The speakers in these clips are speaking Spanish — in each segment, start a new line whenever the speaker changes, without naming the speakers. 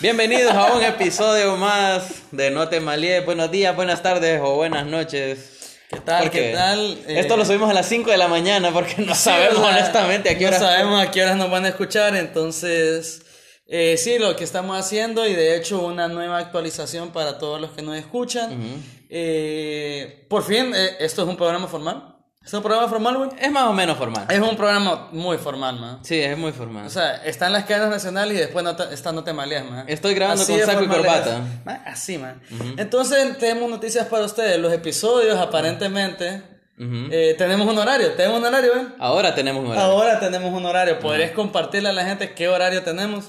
Bienvenidos a un episodio más de No te malíes. Buenos días, buenas tardes o buenas noches.
¿Qué tal?
Porque
¿Qué tal? Eh,
Esto lo subimos a las 5 de la mañana porque no sabemos
¿verdad?
honestamente a qué hora.
No sabemos a qué horas nos van a escuchar, entonces... eh, sí, lo que estamos haciendo y de hecho una nueva actualización para todos los que nos escuchan. Eh, por fin, eh, esto es un programa formal. ¿Es un programa formal, güey?
Es más o menos formal.
Es un programa muy formal, man.
Sí, es muy formal.
O sea, están las cadenas nacionales y después no te- está No Te Maleas, man.
Estoy grabando con
de
saco y
formal
corbata.
es. Man, así, man. Entonces, tenemos noticias para ustedes. Los episodios, aparentemente,
Ujú.
eh, tenemos un horario. Tenemos un horario, güey.
Ahora tenemos un horario.
Ahora tenemos un horario. ¿Podrías compartirle a la gente qué horario tenemos?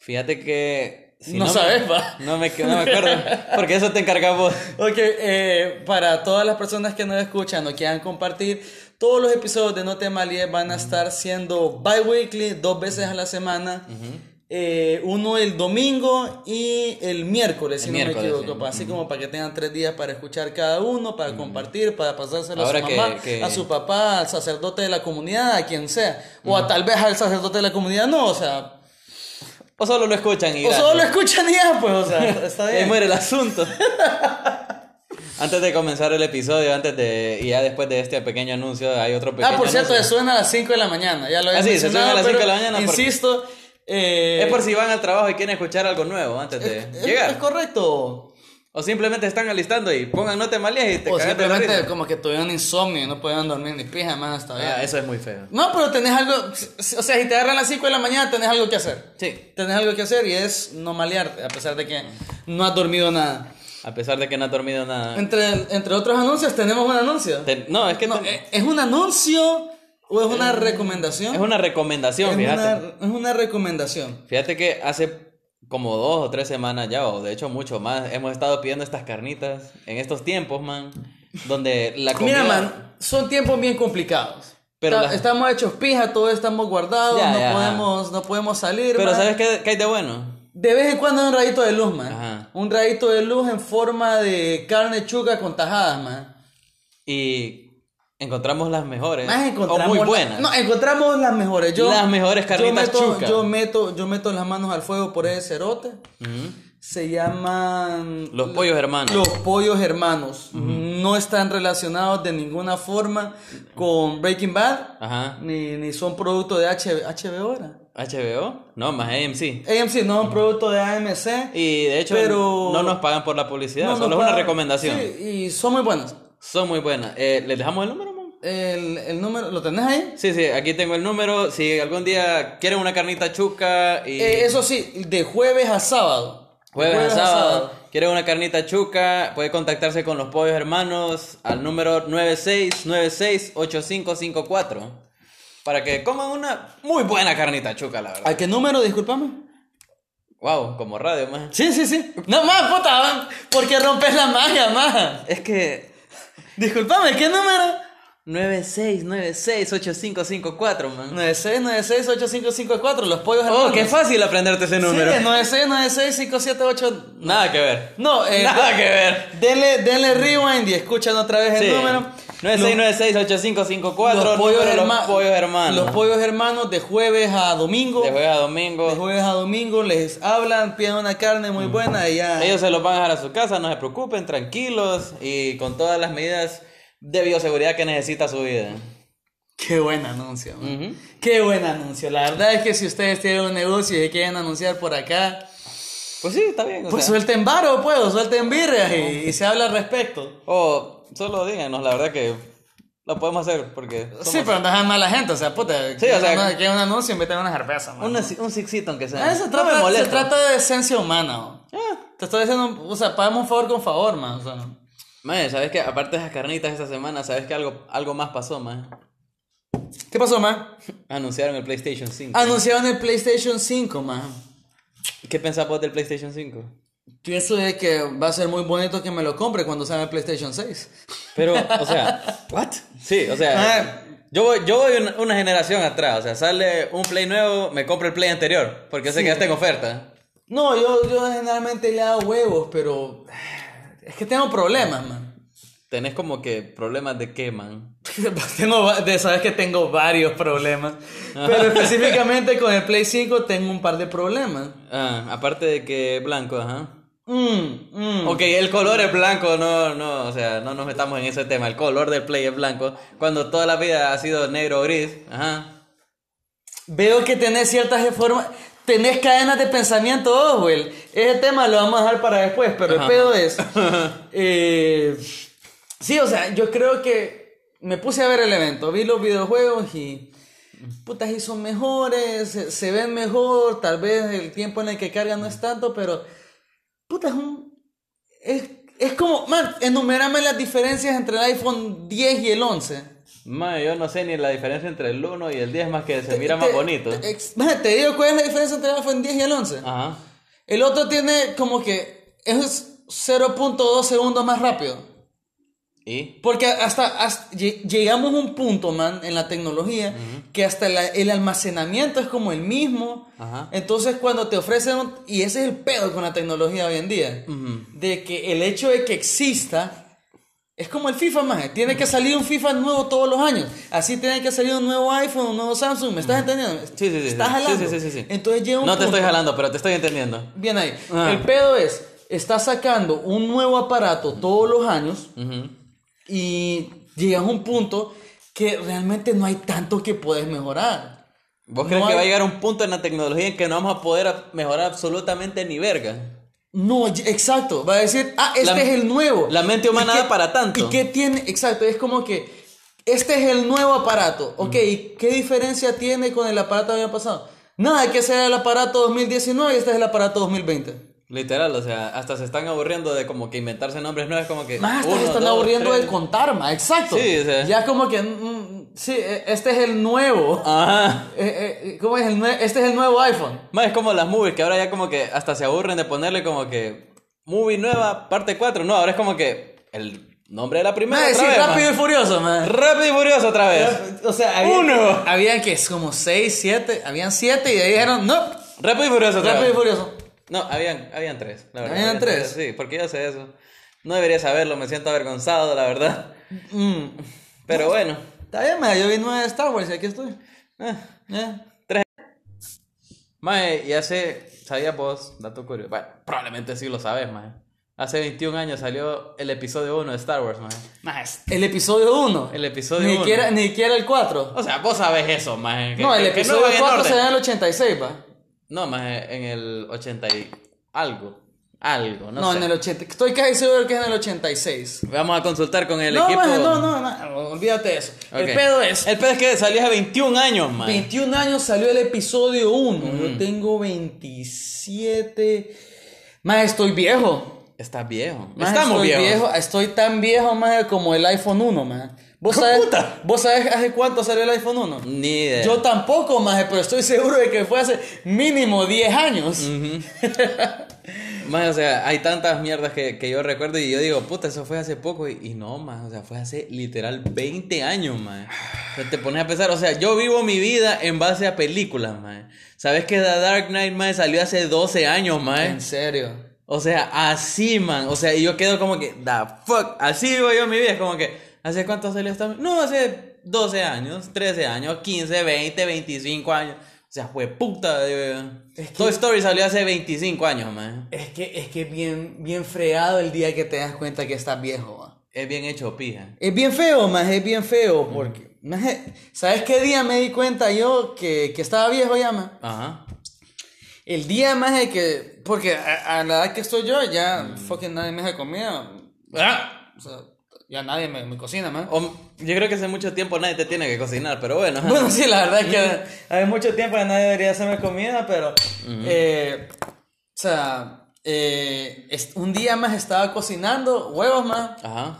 Fíjate que. si
no,
me-
sabes, va.
No me, no me acuerdo. Porque eso te encargamos.
Ok, eh, para todas las personas que nos escuchan o quieran compartir, todos los episodios de No Te Malíes van a estar siendo bi-weekly, dos veces a la semana. Eh, uno el domingo y el miércoles, si
El
no
miércoles,
me equivoco.
sí.
Así como para que tengan tres días para escuchar cada uno, para compartir, para pasárselo
Ahora
a su
que-
mamá,
que-
a su papá, al sacerdote de la comunidad, a quien sea. O a tal vez al sacerdote de la comunidad, no, o sea,
O solo lo escuchan y.
O
ya.
solo lo escuchan y ya, pues, o sea, está
Ahí
bien.
muere el asunto. antes de comenzar el episodio, antes de. Y ya después de este pequeño anuncio, hay otro pequeño
ah, por cierto,
anuncio.
suena a las 5 de la mañana, ya lo he
Ah, sí, se
mencionado,
suena a las
pero
5 de la mañana porque-
Insisto, eh,
Es por si van al trabajo y quieren escuchar algo nuevo antes de
es-
llegar.
es correcto.
O simplemente están alistando y pongan no te malías y te
o
cagas de la
simplemente
risa.
como que tuvieron insomnio y no podían dormir ni pija, más está bien.
Ah, eso es muy feo.
No, pero tenés algo, si- si- o sea, si te agarran a las 5 de la mañana, tenés algo que hacer.
Sí.
Tenés algo que hacer y es no malearte, a pesar de que no has dormido nada.
A pesar de que no has dormido nada.
Entre, entre otros anuncios, tenemos un anuncio.
Te- no, es que
No, eh,
te-
¿es- ¿Es un anuncio o es una recomendación?
es una recomendación,
Es
fíjate.
una, es una recomendación.
Fíjate que hace como dos o tres semanas ya, o de hecho mucho más, hemos estado pidiendo estas carnitas en estos tiempos, man. Donde la comida.
Mira, man, son tiempos bien complicados.
Pero
Está-
la-
Estamos hechos pija, todos estamos guardados,
Ya,
no,
ya,
Podemos, no podemos salir.
Pero
man.
¿sabes qué, qué hay de bueno?
De vez en cuando hay un rayito de luz, man.
Ajá.
Un rayito de luz en forma de carne chuca con tajadas, man.
Y encontramos las mejores.
Más encontramos
Eh, o muy
la-
buenas.
no, encontramos las mejores. Yo,
Las mejores carnitas
yo meto,
chuca.
Yo meto, yo meto las manos al fuego por ese cerote.
Ujú.
Se llaman...
Los pollos hermanos.
Los pollos hermanos no están relacionados de ninguna forma con Breaking Bad,
Ajá.
ni, ni son producto de H- HBO. ¿era?
HBO. No, más AMC.
AMC no es un producto de AMC.
Y de hecho,
Pero-
no nos pagan por la publicidad,
No,
solo
no
es una
pagan-
recomendación.
Sí, y son muy buenos.
Son muy buenas. Eh, ¿Les dejamos el número, man?
El, el número, ¿lo tenés ahí?
Sí, sí, aquí tengo el número. Si algún día quieren una carnita chuca y.
Eh, eso sí, de jueves a sábado. De
Jueves, a sábado. Quieren una carnita chuca, puede contactarse con los pollos hermanos al número 96968554 para que coman una muy buena carnita chuca, la verdad.
¿A qué número, discúlpame?
Wow, como radio, más.
Sí, sí, sí. No más, puta, porque rompes la magia, más.
Es que
Discúlpame, ¿qué número?
96968554, man.
96968554, los pollos
Oh,
hermanos.
qué fácil aprenderte ese número.
Sí, 96965788.
Nada que ver.
No, eh,
Nada que ver.
denle, denle rewind y escuchan otra vez el
Sí.
número.
96968554
Los, los pollos,
número de los
herma-
pollos hermanos.
Los pollos hermanos de jueves a domingo.
de
De
jueves a domingo.
jueves a domingo les hablan, piden una carne muy buena y ya.
Mm. Ellos se los van a dejar a su casa, no se preocupen, tranquilos y con todas las medidas de bioseguridad que necesita su vida.
Qué buen anuncio. man.
Ujú.
Qué buen anuncio. La verdad es que si ustedes tienen un negocio y quieren anunciar por acá,
Pues sí, está bien. O,
pues
sea,
suelten varo, pues, o suelten birrias y, y se habla al respecto.
o Oh, solo díganos, la verdad que lo podemos hacer porque... somos-
Sí, pero no dejan mala gente, o sea, puta. Sí,
o sea,
que un anuncio en vez de una cerveza, man.
Una- un sixito aunque sea.
Ah, se,
No
trata,
me molesta.
se trata de esencia humana, o.
Ah.
Te estoy diciendo, o sea, pagamos un favor con favor, man. O sea,
Mae, ¿sabes qué? Aparte de esas carnitas esta semana, ¿sabes que algo, algo más pasó, man?
¿Qué pasó, man?
Anunciaron el PlayStation 5.
Anunciaron el PlayStation 5, man.
¿Qué pensás vos del PlayStation 5?
Pienso de que va a ser muy bonito que me lo compre cuando salga el PlayStation 6.
Pero, o sea, ¿what? Sí, o sea,
Ah.
yo voy, yo voy una, una generación atrás. O sea, sale un play nuevo, me compro el play anterior, porque sé que ya está en oferta.
No, yo, yo generalmente le hago huevos, pero es que tengo problemas, man.
Tenés como que problemas de qué, man.
Tengo, va- de, sabes que tengo varios problemas. Pero específicamente con el Play 5 tengo un par de problemas.
Ah, aparte de que blanco, ajá.
Mm, mm.
Ok, el color es blanco, no, no, o sea, no nos metamos en ese tema. El color del play es blanco, cuando toda la vida ha sido negro o gris. Ajá.
Veo que tenés ciertas formas. Tenés cadenas de pensamiento, Oswell. Ese tema lo vamos a dejar para después, pero el pedo es. eh, sí, o sea, yo creo que me puse a ver el evento, vi los videojuegos y. Putas, y son mejores, se, se ven mejor, tal vez el tiempo en el que cargan no es tanto, pero. Puta, es un. Es, es como. Man, enumerame las diferencias entre el iPhone 10 y el 11.
Mae, yo no sé ni la diferencia entre el 1 y el 10 más que se mira más
Te-
bonito. Ah.
Te, ex- Maje, te digo cuál es la diferencia entre el iPhone 10 y el 11.
Ajá.
El otro tiene como que es 0.2 segundos más rápido.
¿Y?
Porque hasta, hasta lle- llegamos a un punto, man, en la tecnología que hasta la- el almacenamiento es como el mismo.
Ajá.
Entonces cuando te ofrecen, un- y ese es el pedo con la tecnología hoy en día, de que el hecho de que exista es como el FIFA, man. Tiene que salir un FIFA nuevo todos los años. Así tiene que salir un nuevo iPhone, un nuevo Samsung. ¿Me estás entendiendo?
Sí, sí, sí.
Estás
sí.
jalando.
Sí, sí, sí, sí, sí.
Entonces llega un
No te
punto-
estoy jalando, pero te estoy entendiendo.
Bien ahí.
Ah.
El pedo es, estás sacando un nuevo aparato todos los años
Ujú.
y llegas a un punto que realmente no hay tanto que puedes mejorar.
¿Vos
No
crees que
hay-
va a llegar un punto en la tecnología en que no vamos a poder ab- mejorar absolutamente ni verga?
No, y- exacto. Va a decir, ah, este
La-
es el nuevo.
la mente humana
¿Y qué-
da para tanto.
¿Y qué tiene? Exacto, es como que este es el nuevo aparato. Ok, ¿y ¿qué diferencia tiene con el aparato del año pasado? Nada, que sea el aparato 2019 y este es el aparato 2020.
Literal, o sea, hasta se están aburriendo de como que inventarse nombres nuevos, como que.
Más
uno,
te están
dos,
aburriendo
tres.
de contar, ma, exacto.
Sí, o sea.
Ya como que, mm, sí, e- este es el nuevo.
Ajá.
Eh, eh, ¿Cómo es el nue- Este es el nuevo iPhone.
Más es como las movies, que ahora ya como que hasta se aburren de ponerle como que. Movie nueva, parte 4. No, ahora es como que. El nombre de la primera.
Ma,
otra
sí,
vez,
rápido
ma.
y furioso, man.
Rápido y furioso otra vez.
O sea, había,
Uno.
habían que es como seis, siete, habían siete y de ahí dijeron, no,
Rápido y furioso otra
rápido y
vez.
furioso.
No, habían, habían tres. la verdad.
¿Habían tres?
Sí, porque yo sé eso. No debería saberlo, me siento avergonzado, la verdad.
Mm.
Pero bueno.
Está bien, ma, yo vi nueve de Star Wars y aquí estoy.
eh.
Eh.
Mae, y hace, ¿sabías vos? Dato curioso. Bueno, probablemente sí lo sabes, mae. Hace 21 años salió el episodio 1 de Star Wars, mae.
Ma, es- el episodio 1.
El episodio
ni
uno.
Siquiera, ni siquiera el 4.
O sea, vos sabes eso, mae. que-
No, el
que- que
episodio
va en
4 se
orden.
da en el 86, va.
No, mae, en el 80 y algo. Algo, no,
No,
sé.
en el 80. Estoy casi seguro que es en el 86.
Vamos a consultar con el
no,
equipo.
maje, no, no, no, olvídate de eso.
Ok.
El pedo es.
El pedo es que salió hace 21 años, mae.
21 años salió el episodio 1. Yo tengo 27. Más estoy viejo.
Estás viejo.
Maje,
Estamos
estoy
viejos.
viejo. Estoy tan viejo, más como el iPhone 1, más. ¿Vos
¡Hijo
sabés,
puta!
¿Vos sabés hace cuánto salió el iPhone 1?
Ni idea.
Yo tampoco, más, pero estoy seguro de que fue hace mínimo 10 años.
Más, o sea, hay tantas mierdas que, que yo recuerdo y yo digo, puta, eso fue hace poco. Y, y no, más, o sea, fue hace literal 20 años, más. O sea, te pones a pensar, o sea, yo vivo mi vida en base a películas, más. ¿Sabes que The Dark Knight, más, salió hace 12 años,
En
más?
serio.
O sea, así, man. O sea, y yo quedo como que, the fuck, así vivo yo mi vida. Es como que, ¿hace cuánto salió esta? No, hace 12 años, 13 años, 15, 20, 25 años. O sea, fue puta, digo yo.
Es que-
Toy Story salió hace 25 años, man.
Es que es que es bien, bien fregado el día que te das cuenta que estás viejo. va.
Es bien hecho pija.
Es bien feo, más es bien feo porque maje, ¿sabes qué día me di cuenta yo que, que estaba viejo ya, más?
Ajá.
El día más de que porque a, a la edad que estoy yo ya fucking nadie me hace comida. O sea, ya nadie me, me cocina, más.
O- Ah. yo creo que hace mucho tiempo nadie te tiene que cocinar, pero bueno.
Bueno, sí, la verdad es que hace mucho tiempo que nadie debería hacerme comida, pero. eh, o sea, eh, es- un día más estaba cocinando huevos, más.
Ajá.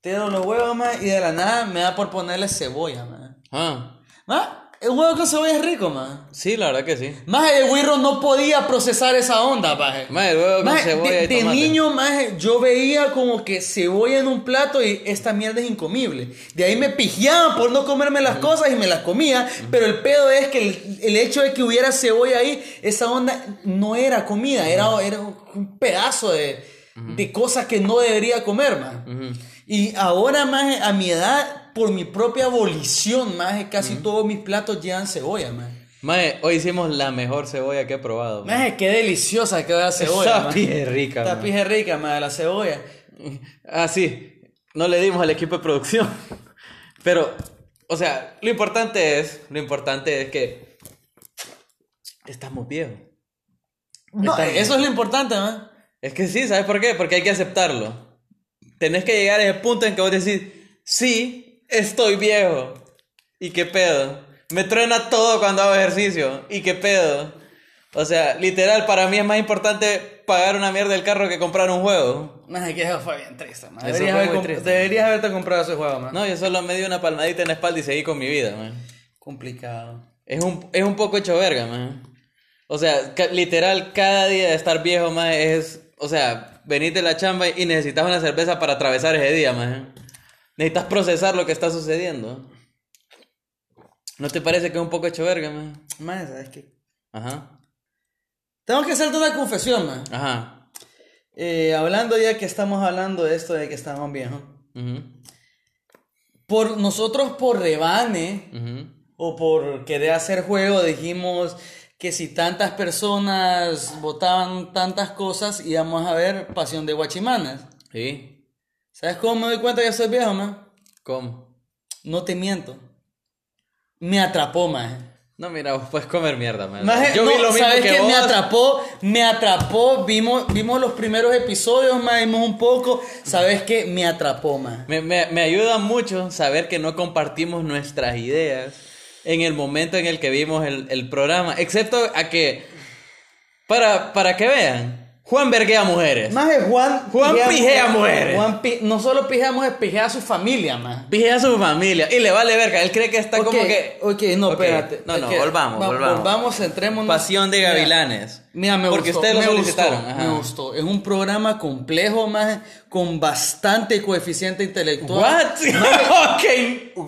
Tengo los huevos, más y de la nada me da por ponerle cebolla, man.
Ah,
Ma, El huevo con cebolla es rico, man.
sí, la verdad que sí.
Más el güiro no podía procesar esa onda, paje.
Mae, el huevo con
Maje,
cebolla
de,
y
de
tomate.
niño, maje, yo veía como que cebolla en un plato y esta mierda es incomible. De ahí me pijeaban por no comerme las cosas y me las comía, pero el pedo es que el, el hecho de que hubiera cebolla ahí, esa onda no era comida, era, era un pedazo de, de cosas que no debería comer, man. Y ahora, maje, a mi edad, por mi propia abolición, más casi todos mis platos llevan cebolla, más.
Mae, hoy hicimos la mejor cebolla que he probado. mae.
Maje, qué deliciosa quedó la cebolla.
Esa
maje.
pija es rica,
Esta
maje.
pija es rica, maje, la cebolla.
Ah, sí. No le dimos al equipo de producción. Pero, o sea, lo importante es, lo importante es que estamos viejos.
No,
Está bien.
eso es lo importante, maje.
Es que sí, ¿sabes por qué? Porque hay que aceptarlo. Tenés que llegar a ese punto en que vos decís, sí, estoy viejo. ¿Y qué pedo? Me truena todo cuando hago ejercicio. ¿Y qué pedo? O sea, literal, para mí es más importante pagar una mierda del carro que comprar un juego.
Maje, que eso fue bien triste, maje.
Eso
Deberías,
fue
haber
muy
comp-
triste.
deberías haberte comprado ese juego, maje.
No, yo solo me di una palmadita en la espalda y seguí con mi vida, man.
Complicado.
Es un, es un poco hecho verga, man. O sea, ca- literal, cada día de estar viejo, man, es... O sea, venís de la chamba y necesitas una cerveza para atravesar ese día, man. Necesitas procesar lo que está sucediendo. ¿No te parece que es un poco hecho verga, man?
Maje, ¿sabes qué?
Ajá.
Tengo que hacerte una confesión, maje.
Ajá.
Eh, hablando ya que estamos hablando de esto de que estamos viejos.
Ujú.
Por nosotros, por rebane
Ujú.
o por querer hacer juego, dijimos que si tantas personas votaban tantas cosas, íbamos a ver Pasión de Guachimanas.
¿Sí?
¿Sabes cómo me doy cuenta que soy viejo, man?
¿Cómo?
No te miento. Me atrapó, man.
No, mira, vos puedes comer mierda, man.
Maje,
Yo vi
eh, no,
lo mismo
¿sabes
que
qué?
vos.
Me atrapó, me atrapó, vimos, vimos los primeros episodios, más vimos un poco, ¿sabes qué? Me atrapó, man.
Me, me- me ayuda mucho saber que no compartimos nuestras ideas en el momento en el que vimos el, el programa. Excepto a que, para, para que vean, Juan verguea mujeres.
Más es eh, Juan.
Juan pijea mujeres.
Juan pi- no solo pijea mujeres, pijea a su familia, más.
Pije a su familia y le vale verga. Él cree que está como que...
Ok, no,
Ok,
espérate.
no, no,
Ok,
volvamos,
va-
volvamos.
centrémonos.
Pasión de
Mira,
gavilanes.
Mira, me
Porque
gustó.
ustedes lo
me
solicitaron.
Gustó,
ajá.
me gustó. Es un programa complejo, más con bastante coeficiente intelectual.
What? ok,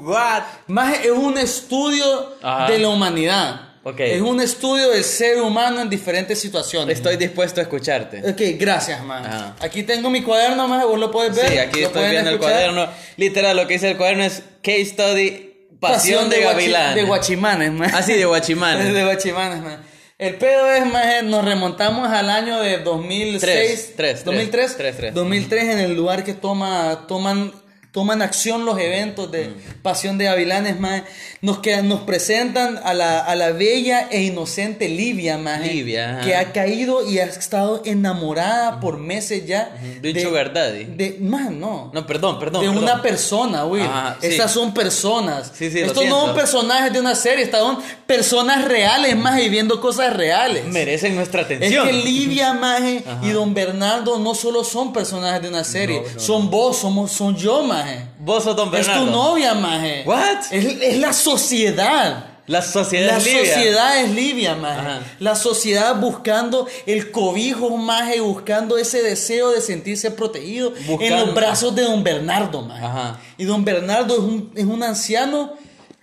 what?
Más es un estudio
Ajá.
de la humanidad.
Ok.
Es un estudio del ser humano en diferentes situaciones.
Estoy dispuesto a escucharte.
Ok, gracias, más.
Este. Ajá.
Aquí tengo mi cuaderno, más. Vos lo podés ver.
Sí, aquí
lo
estoy
pueden
viendo el
escuchar.
cuaderno. Literal, lo que dice el cuaderno es Case Study, Pasión, de,
Guachi-
Gavilanes.
De Guachimanes, man.
Así de Guachimanes.
de Guachimanes, man. El pedo es, más nos remontamos al año de 2006.
Tres, tres,
2003.
tres, tres.
2003 en el lugar que toma, toman, toman acción los eventos de
Mm.
Pasión de Gavilanes, man. Nos, que, nos presentan a la, a la bella e inocente Livia, man. eh,
Livia, ajá.
Que ha caído y ha estado enamorada por meses ya.
De un sugar daddy.
de- man, no
No, perdón, perdón.
de
perdón.
una persona, Will.
Ajá, sí.
Estas son personas.
Sí, sí, lo
Estos no son
siento.
personajes de una serie, estas son personas reales, más viviendo cosas reales.
Merecen nuestra
es
atención.
que Livia Maje y Don Bernardo no solo son personajes de una serie, son vos, somos, son yo, Maje.
Vos sos Don
Es
Bernardo.
tu novia, Maje.
What?
Es, es la sociedad.
Eh, La sociedad
La
es libia.
sociedad es libia, maje.
Ajá.
La sociedad buscando el cobijo, maje, buscando ese deseo de sentirse protegido en
Buscando.
los brazos de don Bernardo, maje.
Ajá.
Y don Bernardo es un, es un anciano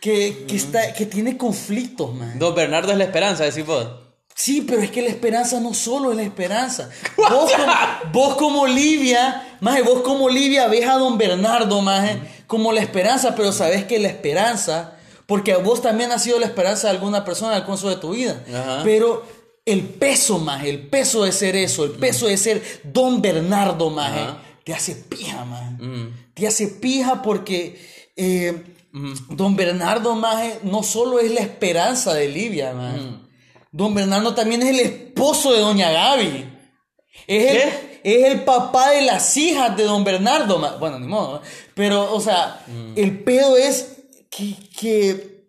que, que está, que tiene conflictos, maje.
Don Bernardo es la esperanza, decís vos.
Sí, pero es que la esperanza no solo es la esperanza. Vos como, vos como Livia, maje, vos como Livia ves a don Bernardo, maje, como la esperanza, pero sabes que la esperanza, porque vos también has sido la esperanza de alguna persona al curso de tu vida.
Ajá.
Pero el peso, maje, el peso de ser eso, el peso de ser don Bernardo, maje,
Ajá.
te hace pija, maje. Te hace pija porque... eh, Don Bernardo Maje no solo es la esperanza de Livia, maje. Don Bernardo también es el esposo de Doña Gaby. Es el, es el papá de las hijas de Don Bernardo. ma- Bueno, ni modo. ¿no? Pero, o sea, el pedo es que, que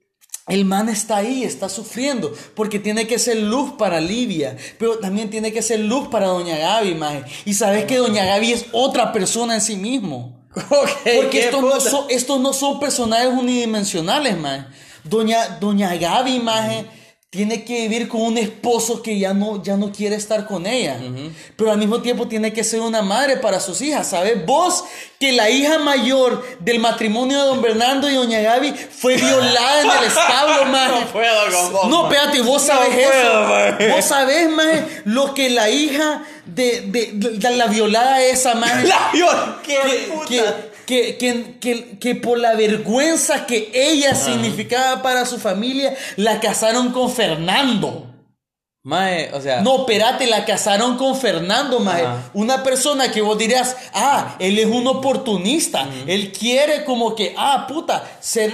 el man está ahí, está sufriendo. Porque tiene que ser luz para Livia. Pero también tiene que ser luz para Doña Gaby, maje. Y sabes que Doña Gaby es otra persona en sí mismo. Porque estos no, son, estos no son personajes unidimensionales, maje. Doña, Doña Gaby, maje, tiene que vivir con un esposo que ya no, ya no quiere estar con ella. Pero al mismo tiempo tiene que ser una madre para sus hijas. ¿Sabes vos que la hija mayor del matrimonio de don Bernardo y doña Gaby fue violada en el establo, maje?
No puedo con vos,
No,
maje.
espérate, vos sabes
puedo,
eso.
maje.
vos sabés, maje, lo que la hija de, de- de- de la violada esa, maje
La peor, qué
que,
puta.
que- que, que, que, que por la vergüenza que ella significaba para su familia, la casaron con Fernando.
Mae, o sea.
No, espérate, la casaron con Fernando, mae.
Ajá.
Una persona que vos dirías, ah, él es un oportunista. Él quiere como que, ah, puta, ser,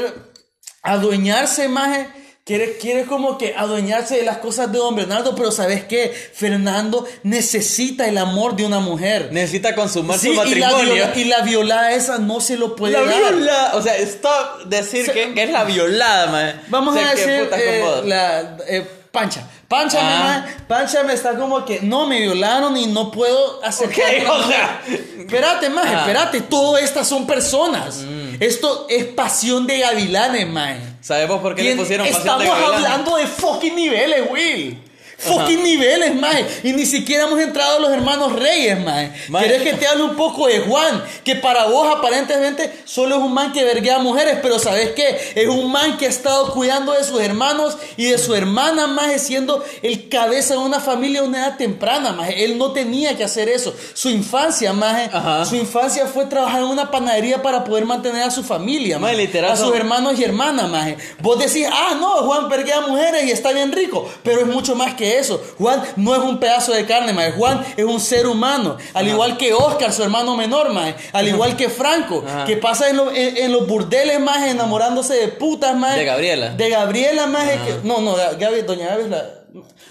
adueñarse, mae. Quiere, quiere como que adueñarse de las cosas de don Bernardo, pero ¿sabes qué? Fernando necesita el amor de una mujer.
Necesita consumar
Sí,
su
y la,
matrimonio.
viola, y la violada esa no se lo puede
La
dar.
viola. O sea, stop decir
Se-
que, que es la violada, mae.
Vamos
O sea,
a
qué
decir
putas
eh,
con vos.
la eh, pancha. Pancha,
Ah.
mamá, pancha me está como que no me violaron y no puedo acercarme.
Ok,
a una
o
mujer".
sea.
espérate, más,
Ah.
espérate, todas estas son personas.
Mm.
Esto es pasión de gavilanes, mae.
Sabemos por qué le
Bien,
pusieron pasión
Estamos
de gavilán.
hablando de fucking niveles, Will. Fucking niveles, mae. Y ni siquiera hemos entrado a los hermanos Reyes, mae.
Mae.
¿Querés que te hable un poco de Juan? Que para vos aparentemente solo es un man que verguea a mujeres, pero ¿sabes qué? Es un man que ha estado cuidando de sus hermanos y de su hermana, mae, siendo el cabeza de una familia a una edad temprana, mae. Él no tenía que hacer eso. Su infancia, mae.
Ajá.
Su infancia fue trabajar en una panadería para poder mantener a su familia,
Mae,
mae.
literal,
A sus
son-
hermanos y hermanas, maje. Vos decís, ah, no, Juan perguea mujeres y está bien rico, pero es mucho más que eso. Juan no es un pedazo de carne, maje. Juan es un ser humano, al igual que Oscar, su hermano menor, maje. Al igual que Franco,
Ajá.
que pasa en, lo- en- en los burdeles, maje, enamorándose de putas, maje.
De Gabriela.
De Gabriela, maje. que- no, no, Ga- Gabi- doña Gaby es la...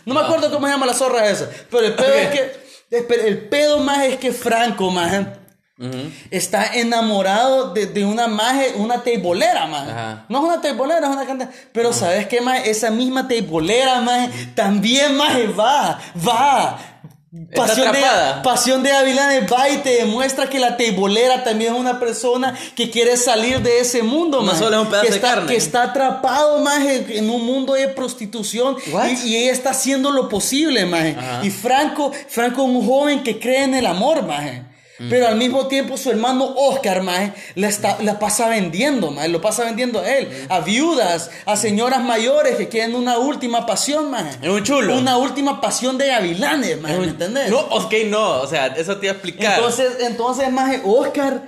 No me acuerdo cómo se llama la zorra esa, pero el pedo
Ah. Ok.
es que... El pedo, maje, es que Franco, maje
Ujú.
está enamorado de, de una maje, una teibolera, maje.
Ajá.
No es una teibolera, es una cantante. Pero ¿sabes qué, maje? Esa misma teibolera, maje, también, maje, va, va.
Está
Pasión de,
atrapada.
pasión de Gavilanes va y te demuestra que la teibolera también es una persona que quiere salir de ese mundo,
No
maje.
solo es un pedazo
que
de
está,
carne.
Que está atrapado, maje, en un mundo de prostitución.
What?
Y, y ella está haciendo lo posible, maje.
Ajá.
Y Franco, Franco es un joven que cree en el amor, maje.
Mm.
Pero al mismo tiempo su hermano Oscar, maje, la, está- la pasa vendiendo, maje, lo pasa vendiendo a él,
Mm.
a viudas, a señoras mayores que quieren una última pasión, maje.
Es un chulo.
Una última pasión de gavilanes, maje, ¿me entendés?
No, ok, no. O sea, eso te iba a explicar.
Entonces, entonces, maje, Oscar.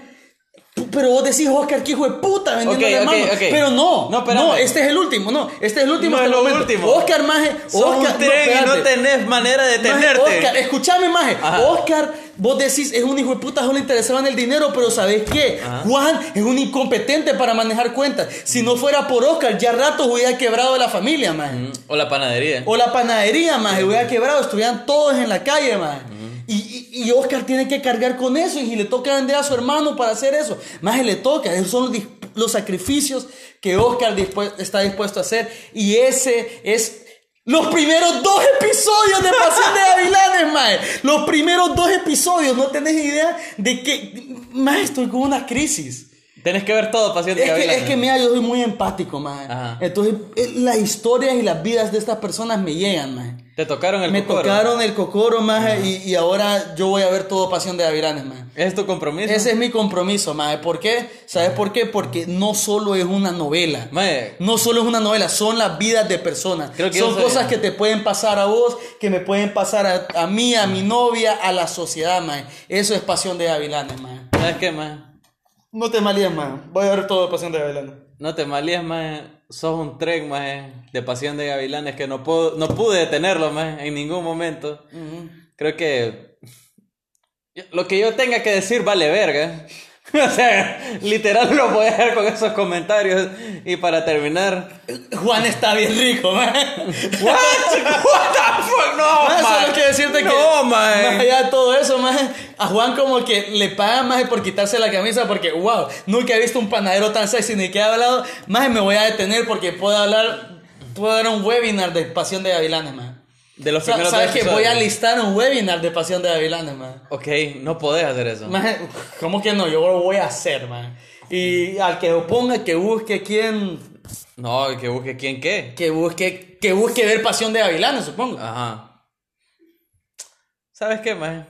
pu- Pero vos decís, Oscar, que hijo de puta vendiendo
Ok,
la
ok,
mano.
ok.
Pero no,
No,
no,
espérame.
este es el último, no, este es el
No
último. hasta
es
el
lo
momento.
último.
Oscar, maje,
Sos
Oscar.
un tren y no
espérate.
tenés manera de
Maje,
tenerte.
Oscar, escúchame, maje.
Ajá.
Oscar, vos decís, es un hijo de puta solo interesado en el dinero, pero ¿sabés qué? Juan es un incompetente para manejar cuentas. Si no fuera por Oscar, ya rato hubiera quebrado la familia, maje.
Mm, O la panadería.
O la panadería, maje, hubiera quebrado, estuvieran todos en la calle, maje. Y, y, y Oscar tiene que cargar con eso y le toca vender a su hermano para hacer eso. Maje, le toca, esos son los, dis- los sacrificios que Oscar dispu- está dispuesto a hacer. Y ese es los primeros dos episodios de Pasión de Gavilanes, maje. Los primeros dos episodios, no tenés idea de que, maje, estoy con una crisis.
Tenés que ver todo, paciente.
Es que,
Gavilán.
es que, mira, yo soy muy empático, maje.
Ajá.
Entonces, eh, las historias y las vidas de estas personas me llegan, maje.
Te tocaron el
Me
cocoro.
tocaron el cocoro, maje, y, y ahora yo voy a ver todo Pasión de Gavilanes, maje.
Es tu compromiso.
Ese es mi compromiso, maje. ¿Por qué? ¿Sabes por qué? Porque no solo es una novela.
Mae,
No solo es una novela, son las vidas de personas.
Creo que yo
son
soy-
cosas que te pueden pasar a vos, que me pueden pasar a, a mí, a mi novia, a la sociedad, maje. Eso es Pasión de Gavilanes, maje.
¿sabes qué, mae?
No te malíes, maje. Voy a ver todo Pasión de Gavilanes.
No te malíes, mae. Sos un tren, mae, de pasión de gavilanes que no, puedo, no pude detenerlo, mae, en ningún momento. Creo que lo que yo tenga que decir vale verga. O sea, literal lo voy a dejar con esos comentarios. Y para terminar...
Juan está bien rico, maje.
What? What
Ah,
the fuck? No,
Más
mae.
solo quiero decirte que
No, mae.
más allá de todo eso, más a Juan como que le pagan más por quitarse la camisa porque wow, nunca he visto un panadero tan sexy ni que he hablado, más me voy a detener porque puedo hablar, puedo dar un webinar de Pasión de Gavilanes, más.
De los primeros
Sabes
dos
que voy a
episodios.
listar un webinar de Pasión de Gavilanes, más.
Ok, no podés hacer eso.
Maje, ¿Cómo que no? Yo lo voy a hacer, más. Y al que oponga, que busque quién,
No, que busque quién qué.
que busque, que busque ver Pasión de Gavilanes, supongo.
Ajá. ¿Sabes qué, mae?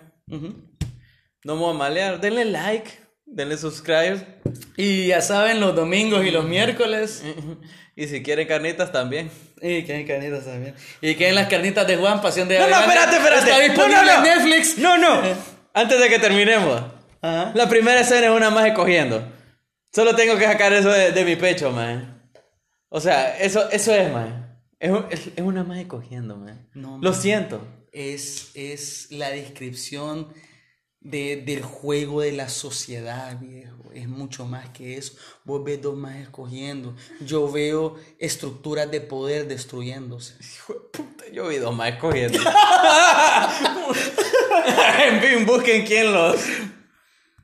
No me voy a malear. Denle like, denle subscribe.
Y ya saben, los domingos y los miércoles.
Mm. Y si quieren carnitas también.
Y que hay carnitas también. Y que hay las carnitas de Juan, Pasión de
No, no,
Gavilanes.
espérate, espérate.
Está disponible
no, no, no.
en Netflix. Ah.
No, no. Antes de que terminemos.
Ajá.
La primera escena es una maje cogiendo. Solo tengo que sacar eso de, de mi pecho, man. O sea, eso, eso es, man. Es, un- es, es una madre cogiendo, man.
No,
Lo
man.
siento.
Es, es la descripción de, del juego de la sociedad, viejo. Es mucho más que eso. Vos ves dos más escogiendo. Yo veo estructuras de poder destruyéndose.
Hijo de puta, yo vi dos más cogiendo. en fin, busquen quién los.